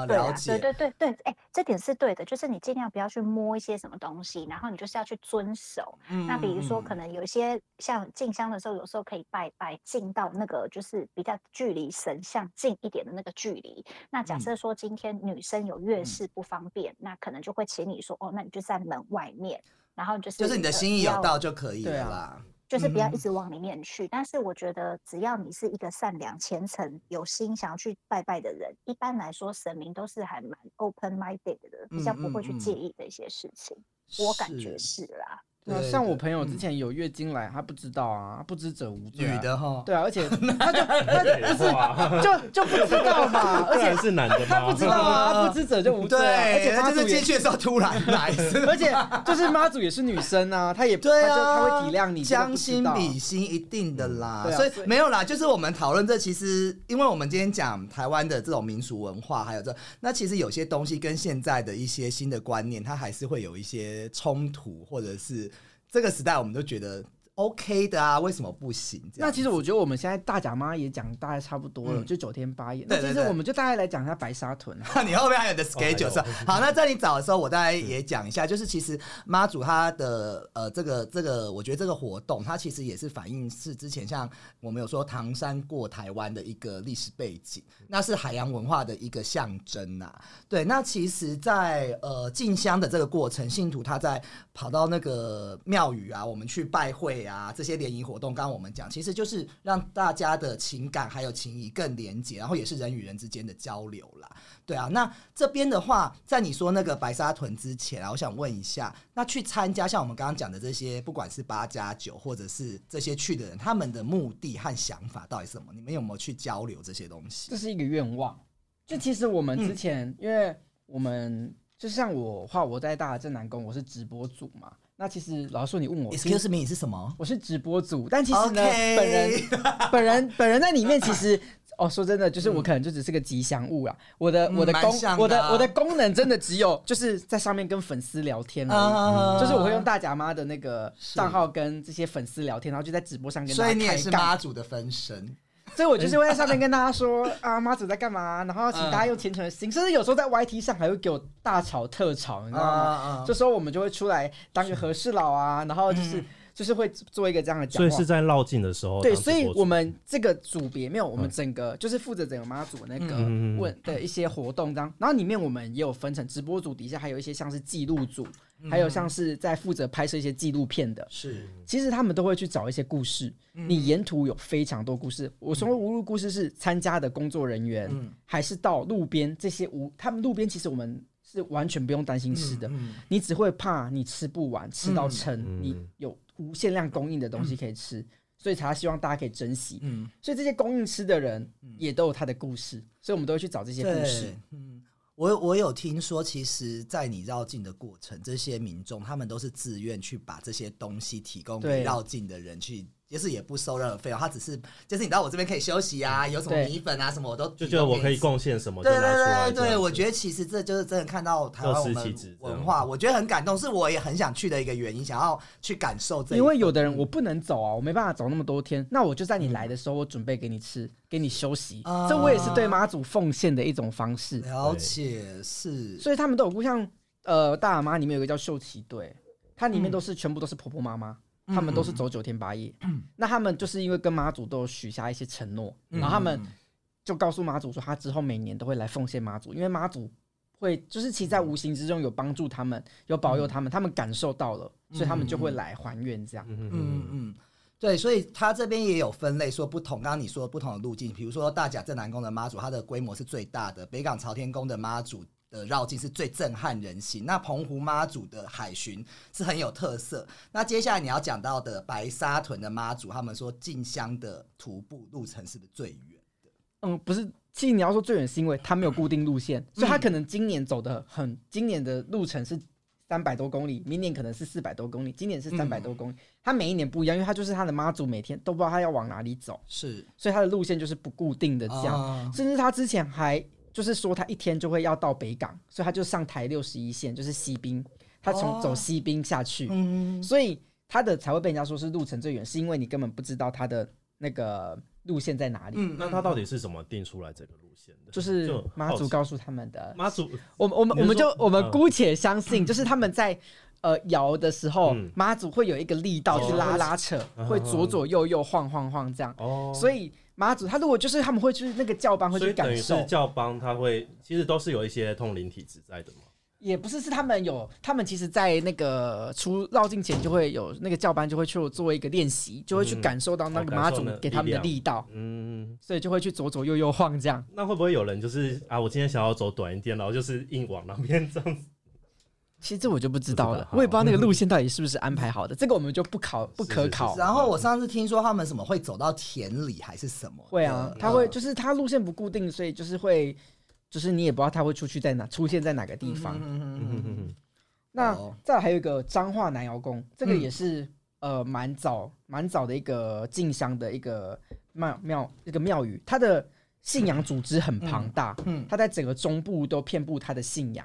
A: 啊！
D: 对
A: 了
D: 啦，对
A: 解，
D: 对对对，哎、这点是对的，就是你尽量不要去摸一些什么东西，然后你就是要去遵守。
A: 嗯
D: 那比如说，可
A: 能
D: 能有一些像进香的时候，有时候可以拜拜进到那个就是比较距离神像近一点的那个距离。那假
A: 嗯
D: 设说今天女生有月事不方便，那可能就会请你说，哦，那你就在门外面，然后就是
A: 就是你的
D: 呃
A: 心意
D: 不
A: 有
D: 要
A: 到就可以
C: 对
A: 了
C: 啊
A: 啦。
D: 就是不要一
A: 嗯
D: 直往里面去。但是我觉得，只要你是一个善良、虔诚、有心想要去拜拜的人，一般来说神明都是还蛮 open minded 的，比较
A: 嗯
D: 不
A: 嗯
D: 会去
A: 嗯
D: 介意的一些事情。我感觉是啦，
C: 那
A: 对
C: 像
A: 对
C: 我朋友之
A: 嗯
C: 前有月经来，他不知道啊，不知者无罪、啊。
A: 女的哈，
C: 对啊，
A: *laughs*
C: 而且他就他不
B: 哇
C: 是就就不知道
A: 啊 *laughs*
C: 嘛，而
B: 不然
C: 且
B: 是男的吗？
C: 他不知道啊，不知者就无罪、啊。而
A: 对，
C: 且妈
A: 那就
C: 祖
A: 是
C: 也
A: 进去的时候突然来，是吧
C: *laughs* 而且就是妈祖也是女生啊，她也
A: *laughs* 对
C: 她就
A: 啊，
C: 她会体谅你，这个
A: 将
C: 不知
A: 心
C: 道
A: 比心，啊一定的啦。
C: 对啊
A: 所以
C: 所以
A: 没有啦，就是我们讨论这，其实因为我们今天讲台湾的这种民俗文化，还有这，那其实有些东西跟现在的一些新的观念，它还是会有一些冲突，或者是这个时代我们都觉得 OK 的啊，为什么不行？这样
C: 那其实我觉得我们现在大甲妈也讲大概差不多了，
A: 嗯
C: 就九天八夜。
A: 对对
C: 那其实
A: 对
C: 我们就大概来讲一下白沙屯啊。
A: *laughs* 你后面哦还有你的 schedule 是吧
B: 还有
A: 好，那在你找的时候，我大概也讲一下，就是其实妈祖她的呃这个这个，我觉得这个活动它其实也是反映是之前像我们有说唐山过台湾的一个历史背景，那是海洋文化的一个象征啊呐、对，那其实在，呃进香的这个过程，信徒他在跑到那个庙宇啊，我们去拜会啊，这些联谊活动，刚刚我们讲，其实就是让大家的情感还有情谊更连结，然后也是人与人之间的交流啦。对啊，那这边的话，在你说那个白沙屯之前啊，我想问一下，那去参加像我们刚刚讲的这些，不管是八加九或者是这些去的人，他们的目的和想法到底是什么？你们有没有去交流这些东西
C: 这？是一个愿望。就其实我
A: 嗯
C: 们之前，因为我们就像我的话，我在大正南宫，我是直播组嘛。那其实老实说，你问我
A: Excuse me，你是什么？
C: 我是直播组，但其实呢
A: OK
C: 本
A: *laughs*
C: 人本人本人在里面其实。哦，说真的，就是我可能就只是个吉祥物啦。我的
A: 嗯
C: 我的
A: 蛮
C: 功
A: 像，的
C: 我
A: 啊
C: 的我的功能真的只有就是在上面跟粉丝聊天而已，
A: 啊
C: 嗯就是我会用大甲妈的那个
A: 是
C: 账号跟这些粉丝聊天，然后就在直播上跟大
A: 所
C: 家
A: 以你也
C: 开
A: 是
C: 杠
A: 妈祖的分身，
C: 所以我就是会在上面跟大家说 *laughs* 啊，妈祖在干嘛，然后请
A: 嗯
C: 大家用虔诚的心，甚至有时候在 YT 上还会给我大吵特吵，你知道吗？
A: 啊
C: 这时候我们就会出来当个和事佬啊，然后就是、
A: 嗯
C: 就是会做一个这样的
B: *laughs*
C: 讲
B: 所以
C: 话
B: 是。在绕境的时候当
C: 对，
B: 直播主。嗯
C: 所以我们这个组别没有，我们整个、就是负责整个妈祖那
B: 嗯
C: 个
B: 嗯嗯
C: 问的一些活动这样，然后里面我们也有分成直播组底下还有一些像是记录组，
A: 嗯
C: 还有像是在负责拍摄一些纪录片的，
A: 是
C: 其实他们都会去找一些故事，
A: 嗯
C: 你沿途有非常多故事。我说无路故事是参加的工作人员，
A: 嗯
C: 还是到路边这些无他们路边其实我们是完全不用担心吃的，
A: 嗯
C: 你只会怕你吃不完，吃到撑，
B: 嗯
C: 你有无限量供应的东西可以吃，所以才希望大家可以珍惜。
A: 嗯，
C: 所以这些供应吃的人也都有他的故事，所以我们都会去找这些故事
A: 对。，嗯。我我有听说，其实，在你绕境的过程，这些民众他们都是自愿去把这些东西提供给
C: 对
A: 绕境的人去，就是也不收任何费用，他只是就是你到我这边可以休息啊，有什么
C: 对
A: 米粉啊什么我都
B: 就
A: 提
B: 觉得
A: 供
B: 我
A: 给
B: 可以
A: 你
B: 贡献什么就
A: 对
B: 拿出来
A: 对对
B: 这样
A: 对，
B: 子
A: 我觉得其实这就是真的看到台湾我
B: 各司
A: 们
B: 其职这样
A: 文化，我觉得很感动，是我也很想去的一个原因，想要去感受这一
C: 因为有
A: 嗯
C: 的人我不能走啊，我没办法走那么多天，那我就在你来的时候，我准备给你吃，给你休息，
A: 嗯啊
C: 这我也是对妈祖奉献的一种方式。
A: 了解是
C: 所以他们都有故像呃大喇嘛里面有个叫秀旗队，它里面都是、全部都是婆婆妈妈，他们都
A: 嗯
C: 是走九天八夜。 *clears throat* 那他们就是因为跟妈祖都有许下一些承诺，然后他们就告诉妈祖说，他之后每年都会来奉献妈祖，因为妈祖会就是其实在无形之中有帮助他们，有保佑他们，他们感受到了，所以他们就会来还愿这样。
B: 嗯嗯
A: 嗯，嗯，对，所以它这边也有分类，说不同。刚刚你说不同的路径，比如说大甲镇南宫的妈祖，它的规模是最大的；北港朝天宫的妈祖的绕境是最震撼人心。那澎湖妈祖的海巡是很有特色。那接下来你要讲到的白沙屯的妈祖，他们说进香的徒步路程是不是最远？
C: 嗯，不是，其实你要说最远是因为它没有固定路线，所以它可能今年走的很，今年的路程是三百多公里，明年可能是四百多公里，今年是三百多公里。它每一年不一样，因为它就是它的妈祖每天都不知道它要往哪里走，
A: 是
C: 所以它的路线就是不固定的这样。
A: 啊
C: 甚至他之前还就是说他一天就会要到北港，所以他就上台六十一线，就是西滨，他从
A: 哦
C: 走西滨下去，
A: 嗯，
C: 所以他的才会被人家说是路程最远，是因为你根本不知道他的那个路线在哪里，
A: 嗯
B: 那他到底是怎么定出来这个路线的？
C: 就是
B: 就
C: 妈祖
B: 好奇
C: 告诉他们的。
B: 妈祖
C: 我们我们
B: 你
C: 我
B: 是
C: 们就
B: 说
C: 我们
B: 嗯
C: 姑且相信，就是他们在呃摇的时候
B: 嗯，
C: 妈祖会有一个力道去
B: 哦
C: 拉拉扯，会左左右右晃晃晃这样。
B: 哦，
C: *laughs* 所以妈祖他如果就是他们会去那个教班会
B: 所
C: 去
B: 以等
C: 感
B: 于
C: 受
B: 是，教帮他会，其实都是有一些通灵体质在的嘛。
C: 也不是，是他们有，他们其实，在那个出绕境前就会有那个教班就会去做一个练习，就会去感受到那个
B: 哦
C: 妈
B: 感受
C: 祖
B: 那个
C: 给他们的
B: 力
C: 力道，
B: 嗯，
C: 所以就会去左左右右晃这样。
B: 那会不会有人就是啊，我今天想要走短一点，然后就是硬往那边这样 *laughs* 子？
C: 其实这我就不知道
B: 不知
C: 了
B: 道，
C: 我也不知道那个路线到底是不是安排好的，这个我们就不考不可考。
A: 然后我上次听说他们什么会走到田里还是什么的？
C: 会啊，
B: 嗯
C: 他会就是他路线不固定，所以就是会，就是你也不知道他会出去在哪，出现在哪个地方。
A: 嗯，
B: 嗯
C: 那
A: 哦
C: 再来还有一个彰化南窑宫，这个
A: 嗯
C: 也是、呃蛮早蛮早的一个进香的一个庙庙一个庙宇，它的信仰组织很庞大，
A: 嗯嗯
C: 它在整个中部都遍布它的信仰，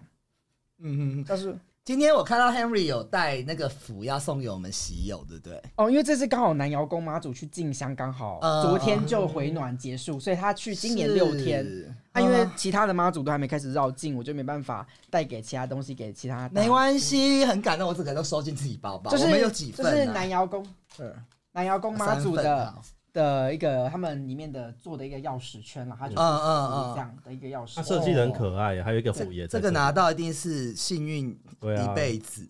A: 嗯嗯嗯。
C: 但是
A: 今天我看到 Henry 有带那个符要送给我们喜友，对不对？
C: 哦，因为这次刚好南窑宫妈祖去进香，刚好、
A: 呃
C: 昨天就回暖结束，所以他去今年六天。
A: 是
C: 啊，因为其他的妈祖都还没开始绕境，我就没办法带给其他东西给其他大。
A: 没关系，很感动，我整个都收进自己包包。
C: 就是
A: 我们有几份、啊？
C: 就是南窑宫南窑宫妈
A: 三
C: 祖
A: 份
C: 的、
A: 啊
C: 的一个他们里面的做的一个钥匙圈了，它就是
A: 嗯嗯嗯
C: 这样的一个钥匙。哦
B: 他设计得很可爱耶，还有一个虎爷
A: 这
B: 在
A: 这个
B: 里
A: 拿到一定是幸运
B: 对啊
A: 一辈子。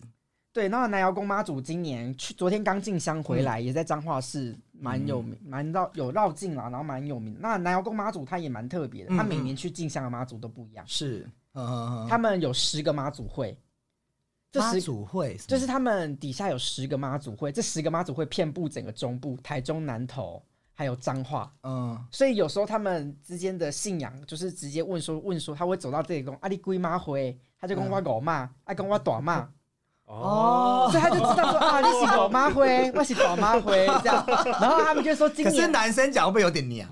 C: 对，那南瑶宫妈祖今年去昨天刚进香回
B: 嗯
C: 来，也在彰化市蛮有
A: 嗯
C: 名，蛮绕有绕境啦，然后蛮有名。那南瑶宫妈祖她也蛮特别的，
A: 嗯
C: 她每年去进香的妈祖都不一样，
A: 是，嗯嗯
C: 他们有十个妈祖会，这
A: 妈
C: 十
A: 祖会什么
C: 就是他们底下有十个妈祖会，这十个妈祖会遍布整个中部、台中南投还有彰化，
A: 嗯
C: 所以有时候他们之间的信仰就是直接问说问说，他会走到这里讲啊你龟妈回，他就跟我狗骂，啊跟我短骂，
A: 嗯哦
C: 所以他就知道
A: *laughs*
C: 说啊你是狗妈回，我是短妈回这样，然后他们就说今
A: 可是
C: 年
A: 男生讲会不会有点娘？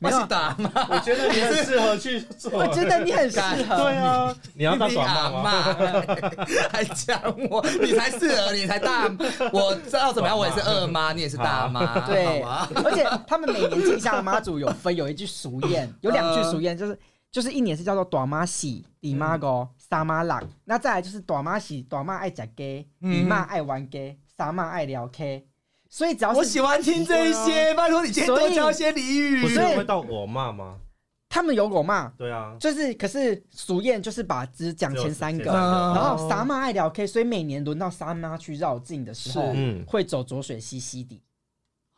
C: 没有
A: 我是打吗？
B: 我觉得你很适合去做。
C: 哦 *laughs* 我觉得你很适合
B: 对，
C: *laughs*
B: 啊，你要当短帽吗？
A: 吗？ *laughs* 还讲我，你才适合，你才大。我知道怎么样，我也是二妈，你也是大妈，好
C: 对，
A: 吗？
C: 而且他们每年进香的妈祖有分有一句俗
A: *laughs*
C: 谚，有两句俗谚就是。就是一年是叫做短妈喜，李妈狗，三妈浪。那再来就是短妈喜，短妈爱吃鸡，李妈爱玩鸡，三妈爱聊 K。所以只要是
A: 我喜欢听这一些，拜托你今天多教一些俚
B: 不
A: 语
B: 是
C: 所。以
B: 会到我骂吗？
C: 他们有狗骂，
B: 对啊，
C: 就是可是俗谚就是把只讲前三
B: 只有
C: 个，哦
A: 个
C: 然后傻妈爱聊 K，所以每年轮到傻妈去绕境的时候
A: 是，
B: 嗯
C: 会走浊水溪溪底。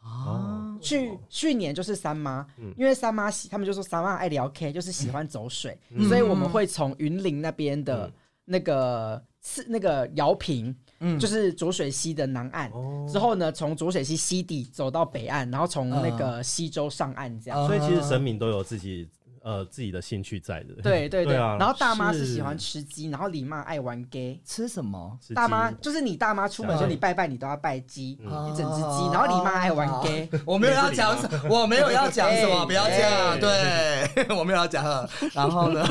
B: 哦
A: 啊
C: 去去年就是三妈
B: 嗯，
C: 因为三妈喜，他们就说三妈爱聊 K，就是喜欢走水，
B: 嗯
C: 所以我们会从云林那边的
B: 嗯
C: 那个是那个瑶坪，
A: 嗯
C: 哦就是浊水溪的南岸。
B: 哦
C: 之后呢，从浊水溪溪底走到北岸，然后从那个
B: 嗯
C: 西洲上岸这样。
B: 所以其实神明都有自己呃自己的兴趣在的。 *laughs*
C: 对对对，
B: 对啊
C: 然后大妈是
B: 是
C: 喜欢吃鸡，然后李妈爱玩 gay。
A: 吃什么？
B: 吃鸡
C: 大妈就是你大妈出门
B: 对
C: 说你拜拜，你都要拜鸡，
A: 嗯
C: 一整只鸡，然后你妈爱
A: 哦
C: 玩
A: *laughs*
C: gay，
A: 我没有要讲什，我没有要讲什么，
C: 哎
A: 不要这样。
B: 哎
A: *laughs* 对，我没有要讲。然后 *laughs* 呢？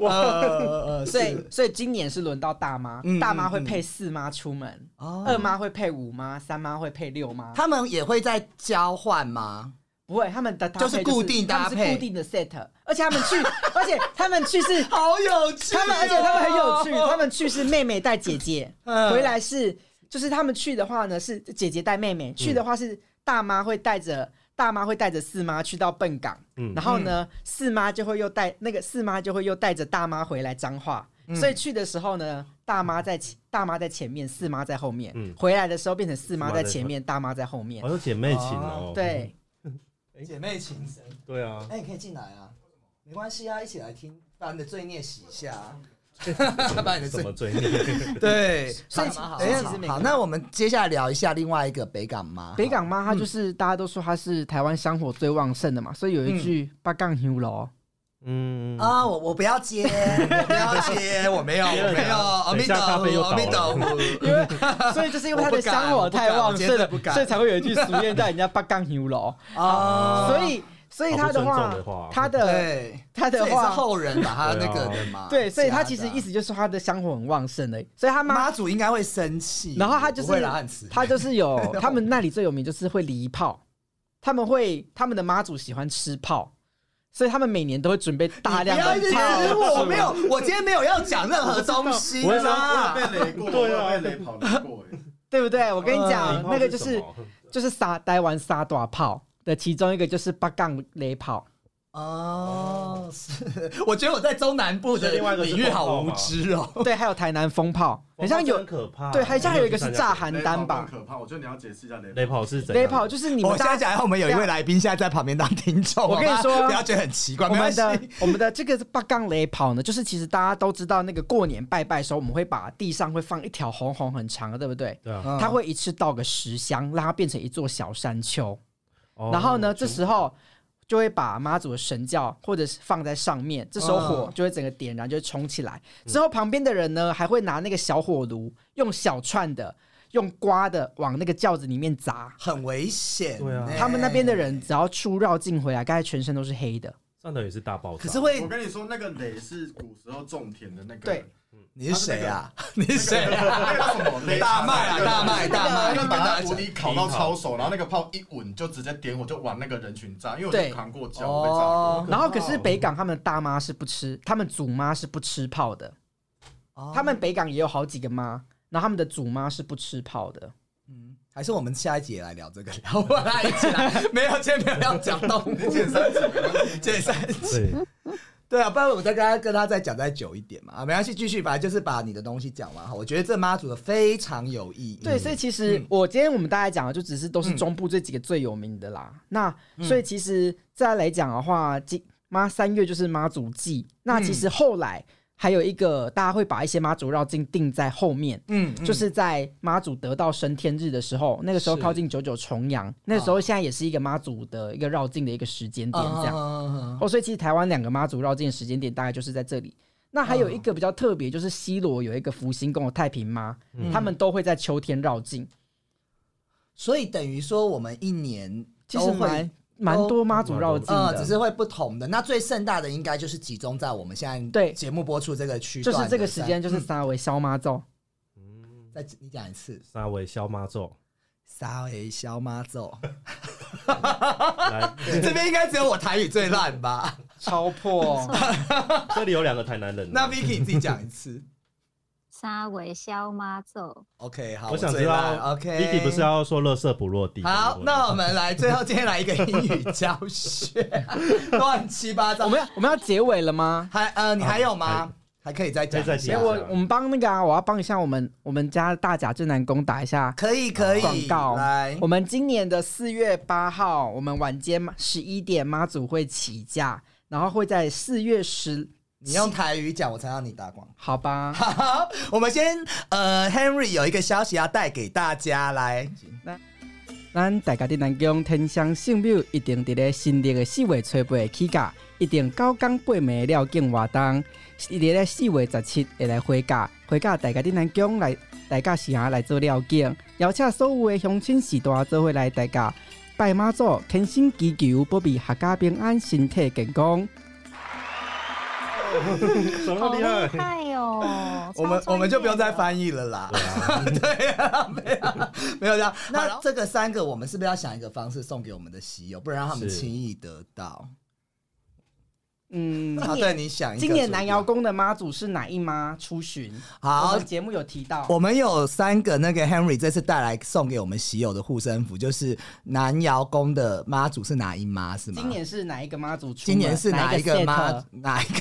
A: 呃我
C: 所以所以今年是轮到大妈
A: 嗯，哦
C: 大妈会配四妈出门，二妈会配五妈，三妈会配六妈，
A: 他们也会在交换吗？
C: 不会，他们的搭配
A: 就是固定搭配
C: 他们是固定的 set，而且他们
A: *laughs*
C: 去，而且他们去是
A: 好有趣哦，
C: 他们，而且他们很有趣，他们去是妹妹带姐姐，
A: 嗯
C: 回来是就是他们去的话呢是姐姐带妹
A: 嗯
C: 妹，去的话是大妈会带着。大妈会带着四妈去到笨港，
B: 嗯
C: 然后呢，四妈就会又带那个四妈就会又带着大妈回来彰化，
A: 嗯
C: 所以去的时候呢，大妈在前大妈在前面，四妈在后面，
B: 嗯
C: 回来的时候变成四妈
B: 四妈
C: 在
B: 在
C: 前
B: 后
C: 面，大妈在后面
B: 好，有姐妹情哦。
C: 对，
A: 嗯哎姐妹情深。
B: 对
C: *laughs*
B: 啊，
A: 哎，你可以进来啊，没关系啊，一起来听，把你的罪孽洗一下啊。 *laughs* 把你
B: 什
A: 的罪
B: 么罪孽？
A: *laughs*
C: *laughs*
B: *laughs*
A: 对，
C: 所以
A: 好好
C: 所以
A: 好
C: 其实每个
A: 好，那我们接下来聊一下另外一个北港妈。
C: 北
A: 嗯
C: 港妈，她就是、大家都说她是台湾香火最旺盛的嘛，所以有一句“八杠牛楼
B: 嗯，
C: 哦
A: 啊，我我不要
C: *laughs*
A: 接，我不要接，我没有，我没有，阿
B: 等
A: 弥
B: 一
A: 陀
B: 下咖啡又
A: 佛，阿弥陀
B: 倒了
A: 佛。
C: *laughs* 因为所以就是因为他的香火太
A: *laughs* 我不敢我不敢我
C: 旺
A: 今天
C: 盛
A: 真
C: 了
A: 的不，敢
C: 所以才会有一句俗谚叫人家八杠牛楼。
A: 啊，
C: 所以所以他的
B: 好
C: 话
B: 不尊重的话，
C: 他的
A: 对，
C: 他
A: 这
C: 的
A: 也是
C: 话，
A: 后人把他那个的嘛。
C: 对，所以他
A: 加的
C: 其实意思就是说他的香火很旺盛的，所以他妈
A: 啊妈祖应该会生气，
C: 然后他就是
A: 不会啦很慈悲
C: 他就
A: *laughs*
C: 是有他们那里最有名就是会离炮，他们会他们的妈祖喜欢吃炮，所以他们每年都会准备大量
A: 你不要一
C: 的
A: 直指
C: 炮。
A: 我，我没
C: *laughs*
A: 有，我今天没有要讲任何东西
B: 我知道
A: 啦。
E: 被雷过，
B: 对啊
E: 我有被雷跑雷过哎。
C: 对不对？我跟你讲，
B: 礼炮
C: 那个就
B: 什
C: 是
B: 么
C: 就是撒台湾撒大炮的其中一个就是八杠雷炮，
A: 哦，是，我觉得我在中南部的
B: 所以另外一个是
A: 领域好
B: 风暴
A: 无
B: 嘛
A: 知哦。
C: 对，还有台南风炮，很像有
B: 很可怕，
C: 对，还像还有一个是炸
B: 寒
C: 邯郸吧？
E: 雷跑更可怕，我觉得你要解释一下雷
B: 雷
E: 跑。
B: 跑是怎样
C: 雷炮就是你
A: 我
C: 们
A: 哦现
C: 大
A: 在
C: 家。
A: 讲，
C: 啊
A: 然后我们有一位来宾现在在旁边当听众，
C: 我跟你
A: 好吧
C: 说
A: 不要觉得很奇怪，
C: 我
A: 没关
C: 们
A: 系。
C: 的我们的这个八杠雷跑呢，就是其实大家都知道，那个过年拜拜的时候，我们会把地上会放一条红红很长的，对不对？
B: 对啊，
A: 嗯
C: 它会一次倒个十箱，让它变成一座小山丘。
B: 哦
C: 然后呢，这时候就会把妈祖的神教或者是放在上
A: 哦
C: 面，这时候火就会整个点燃，就会冲起来。之后旁边的人呢，还会拿那个小火炉，用小串的、用刮的往那个轿子里面砸。
A: 很危险呢，
B: 对啊
C: 他们那边的人只要出绕境回来，刚才全身都是黑的。
B: 上头也是大爆炸，
A: 可是会
E: 我，跟你说，那个雷是古时候种田的那个。
C: 对
A: 你是谁啊？ *laughs* 你是谁
E: 那个
A: 啊？
E: 那个叫什么？雷
A: 大麦啊，大麦，大麦，
E: 那
A: 你把
E: 把
A: 它
E: 它土里烤到超熟，然后那个炮一稳就直接点火，就往那个人群炸。因为我
C: 对
E: 就扛过胶，我被炸
A: 哦
E: 过。
C: 然后可是北港他们的大妈是不吃，他们祖妈是不吃泡的。
A: 哦
C: 他们北港也有好几个妈，然后他们的祖妈是不吃泡的。
A: 嗯还是我们下一集也来聊这个，聊我来一起
C: *laughs*
A: 来，没有，今天没有要讲动物，
E: 你减三级没关系，
A: 解散。
C: *laughs*
B: 对，
A: 对啊，不然我再跟他跟他再讲再久一点嘛，啊，没关系，继续，反正就是把你的东西讲完哈。我觉得这妈祖的非常有意义。
C: 对，所以其
A: 嗯
C: 实我今天我们大家讲的就只是都是中部这几个最有名的啦。那
A: 嗯
C: 所以其实再来讲的话，今妈三月就是妈祖祭，那其实后来还有一个大家会把一些妈祖绕境定在后面。
A: 嗯，嗯
C: 就是在妈祖得到升天日的时候，那个时候
A: 是哦
C: 靠近九九重阳，那时候现在也是一个妈祖的一个绕境的一个时间
A: 嗯
C: 点，这样。
A: 样。
C: 哦，所以其实台湾两个妈祖绕境的时间点大概就是在这里。那还有一个比较特别，就是西罗有一个福星宫的太平妈，他们都会在秋天绕境，
A: 所以等于说我们一年
C: 其实
A: 都
C: 蛮
A: 会。
C: 蛮多妈祖绕境
A: 呃，只
C: 的，
A: 是会不同的。那最盛大的应该就是集中在我们现在
C: 对
A: 节目播出这个区
C: 就
A: 段的三，
C: 是这个时间就是三维消妈咒，
B: 嗯
A: 再你讲一次，
B: 沙维消妈咒，
A: 稍微小妈
C: *laughs*
A: 咒，
B: 来，
A: 这边应该只有我台语最烂吧？ *laughs*
C: 超破
B: 这里有两个台南人，
A: 那 Vicky 你自己讲一次。
D: 沙尾消妈咒，
A: OK，好，
B: 我
A: 我
B: 想
A: 最
B: 知
A: 烂
B: 道
A: OK，
B: Vicky 不是要说乐色不落地？
A: 好，那我们来最后今天来一个英语教学，乱七八糟。
C: *laughs* 我们要我们要结尾了吗？
A: 还呃，你还有吗
B: 啊？
A: 还可以再讲
B: 可以再
A: 一
B: 这
A: 下
C: 哎，
B: 讲样
C: 我
B: 啊
C: 我们帮那个啊，我要帮一下我们我们家大甲正南宫打一下
A: 可以可以，
C: 广告
A: 来
C: 我们今年的四月八号，我们晚间十一点妈祖会起驾，然后会在四月十，
A: 你用台语讲，我才让你打广告。
C: 好吧？
A: 好，我们先呃，Henry 有一个消息要带给大家，来，
C: 咱大家伫南宫天香圣庙，一定伫咧新历的四月初八的起价，一定九港八暝了敬活动，伫咧四月十七会来回价，回价大家伫南宫来，大家是下来做了敬，邀请所有的乡亲时代做伙来大家拜妈祖，虔诚祈求保庇阖家平安，身体健康。
B: 什么
D: 好
B: 厉
D: 厉
B: 害？
D: 害啊
A: *laughs*
D: 哦！
A: 我们
D: 超专业的
A: 我们就不用再翻译了啦。 *laughs* 对啊，没有没有这样。那这个三个，我们是不是要想一个方式送给我们的喜友，不然让他们
B: 是
A: 轻易得到？
C: 嗯，
A: 啊，对，你想一个
C: 今年
A: 主
C: 南
A: 题
C: 瑶宫的妈祖是哪一妈出巡？我
A: 好
C: 们，节目有提到。
A: 我们有三个那个 Henry 这次带来送给我们喜友的护身符，就是南瑶宫的妈祖是哪一妈是吗？
C: 今年是哪一个妈祖出门？
A: 今年是哪一个妈
C: set？
A: 哪一个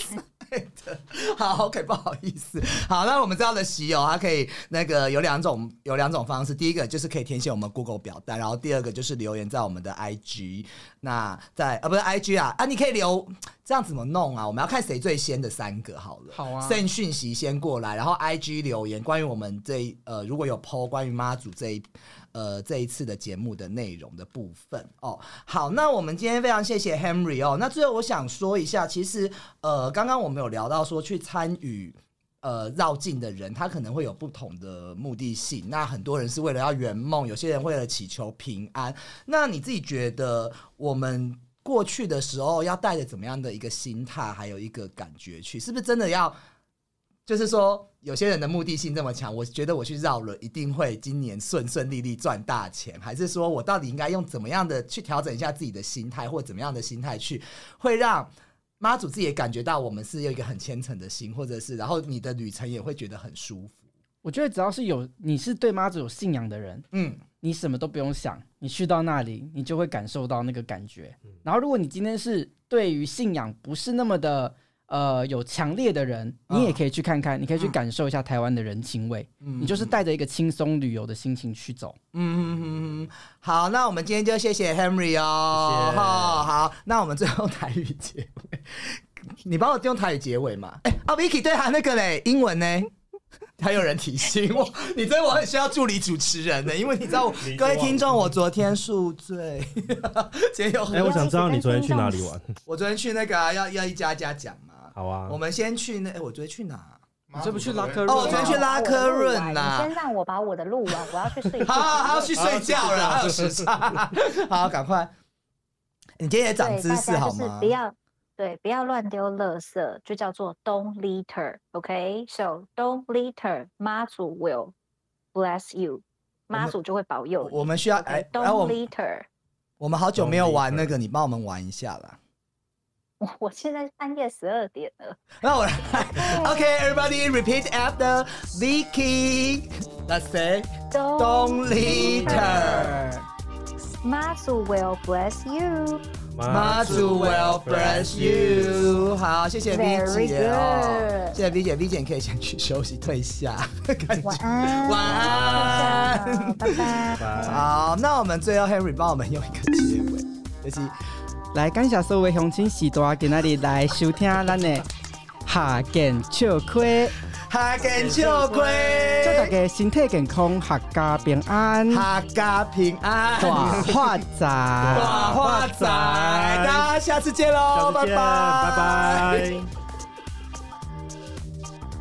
A: set？好，OK，不好意思。好，那我们知道的喜友，它可以那个有两种有两种方式，第一个就是可以填写我们 Google 表单，然呃后第二个就是留言在我们的 IG。那在啊，不是 IG 啊，啊，你可以留，这样怎么弄啊？我们要看谁最先的三个好了。
C: 好啊
A: send 讯息先过来，然后 IG 留言关于我们这一呃，如果有 PO 关于妈祖这一呃这一次的节目的内容的部分哦。好，那我们今天非常谢谢 Henry 哦。那最后我想说一下，其实呃，刚刚我们有聊到说去参与。呃，绕境的人他可能会有不同的目的性。那很多人是为了要圆梦，有些人为了祈求平安。那你自己觉得我们过去的时候要带着怎么样的一个心态，还有一个感觉去？是不是真的要？就是说，有些人的目的性这么强，我觉得我去绕了，一定会今年顺顺利利赚大钱，还是说我到底应该用怎么样的去调整一下自己的心态，或怎么样的心态去会让妈祖自己也感觉到我们是有一个很虔诚的心，或者是然后你的旅程也会觉得很舒服。
C: 我觉得只要是有你是对妈祖有信仰的人，
A: 嗯，
C: 你什么都不用想，你去到那里，你就会感受到那个感觉。然后，如果你今天是对于信仰不是那么的呃有强烈的人，
A: 嗯
C: 你也可以去看看，你可以去感受一下台湾的人情味。
A: 嗯
C: 你就是带着一个轻松旅游的心情去走。
A: 嗯，好，那我们今天就谢谢 Henry 哦，
B: 谢谢
A: 哦好，那我们最后台语结尾，你帮我用台语结尾嘛？哎、啊 Vicky 对他那个嘞，英文呢？还有人提
B: *laughs*
A: 醒我，你真的我很需要助理主持人呢，因为你知道我
B: 你已经
A: 各位
B: 忘了
A: 听众，我昨天宿醉， *laughs* 今天有
B: *laughs* 哎、
A: 很，
B: 我想知道你昨天去哪里玩？
A: 我昨天去那个、啊、要要一家一家讲嘛，
B: 好啊，
A: 我们先去那，哎、我昨天去哪？
E: 妈
C: 这不去拉
E: 祖
C: 客
A: 哦，我昨
D: 先
A: 天去拉科润呐、
D: 你先让我把我的录完，我要去睡觉。
A: *laughs* 好好好，去睡觉了，还有时差， *laughs* 好，赶快。你今天也长
D: 对，
A: 知
D: 大
A: 识
D: 家
A: 好
D: 就是
A: 吗
D: 不？要对，不要乱丢垃圾，就叫做 don't litter，OK？So、don't litter，妈祖 will bless you，妈
A: 们
D: 祖就会保佑你。
A: 我们需要
D: OK，
A: 哎，哎，我
D: 呃 don't
A: 们
D: litter， *laughs*
A: 我们好久没有玩那个，你帮我们玩一下啦。
D: 我我现在半夜十二点了。
A: 那我来 *laughs* ，OK, everybody repeat after Vicky. Let's say
D: Don't
A: don't litter.
D: 妈祖 will bless you。
A: 妈祖 will bless you。好，谢谢 V
D: Very
A: 姐哦，
D: good
A: 谢谢 V 姐，V 姐你可以先去休息退下， *laughs* 感觉
D: 晚
A: *laughs*
D: 安，
A: 晚安
D: 睡觉了拜拜。
B: 拜。
A: 好。那我们最后 Henry 帮我们用一个结尾，就是。
C: *laughs* 来，感谢所有的乡亲时代，今仔日来收听咱的下见笑亏，
A: 下见笑归，
C: 祝大家身体健康，阖家平 *laughs* 安，
A: 大家平安，
C: 大发财。
A: 大发财！大家下次见喽，
B: 下次见，拜拜。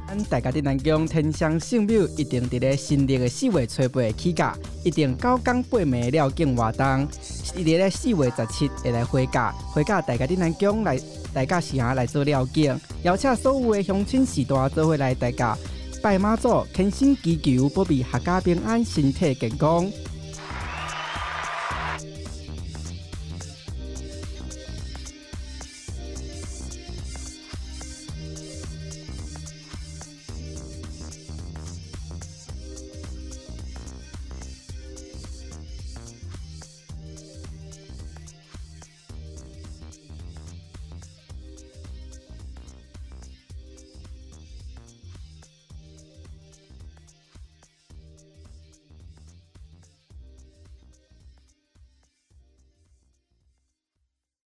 C: 咱大家伫南疆天香圣庙，一定伫咧新历的四月初八起价，一定九港八暝了敬活动，伫咧四月十七会来回价，回价大家伫南疆来，大家是啊来做了敬，邀请所有的乡亲时代做伙来大家拜妈祖，虔诚祈求保庇阖家平安，身体健康。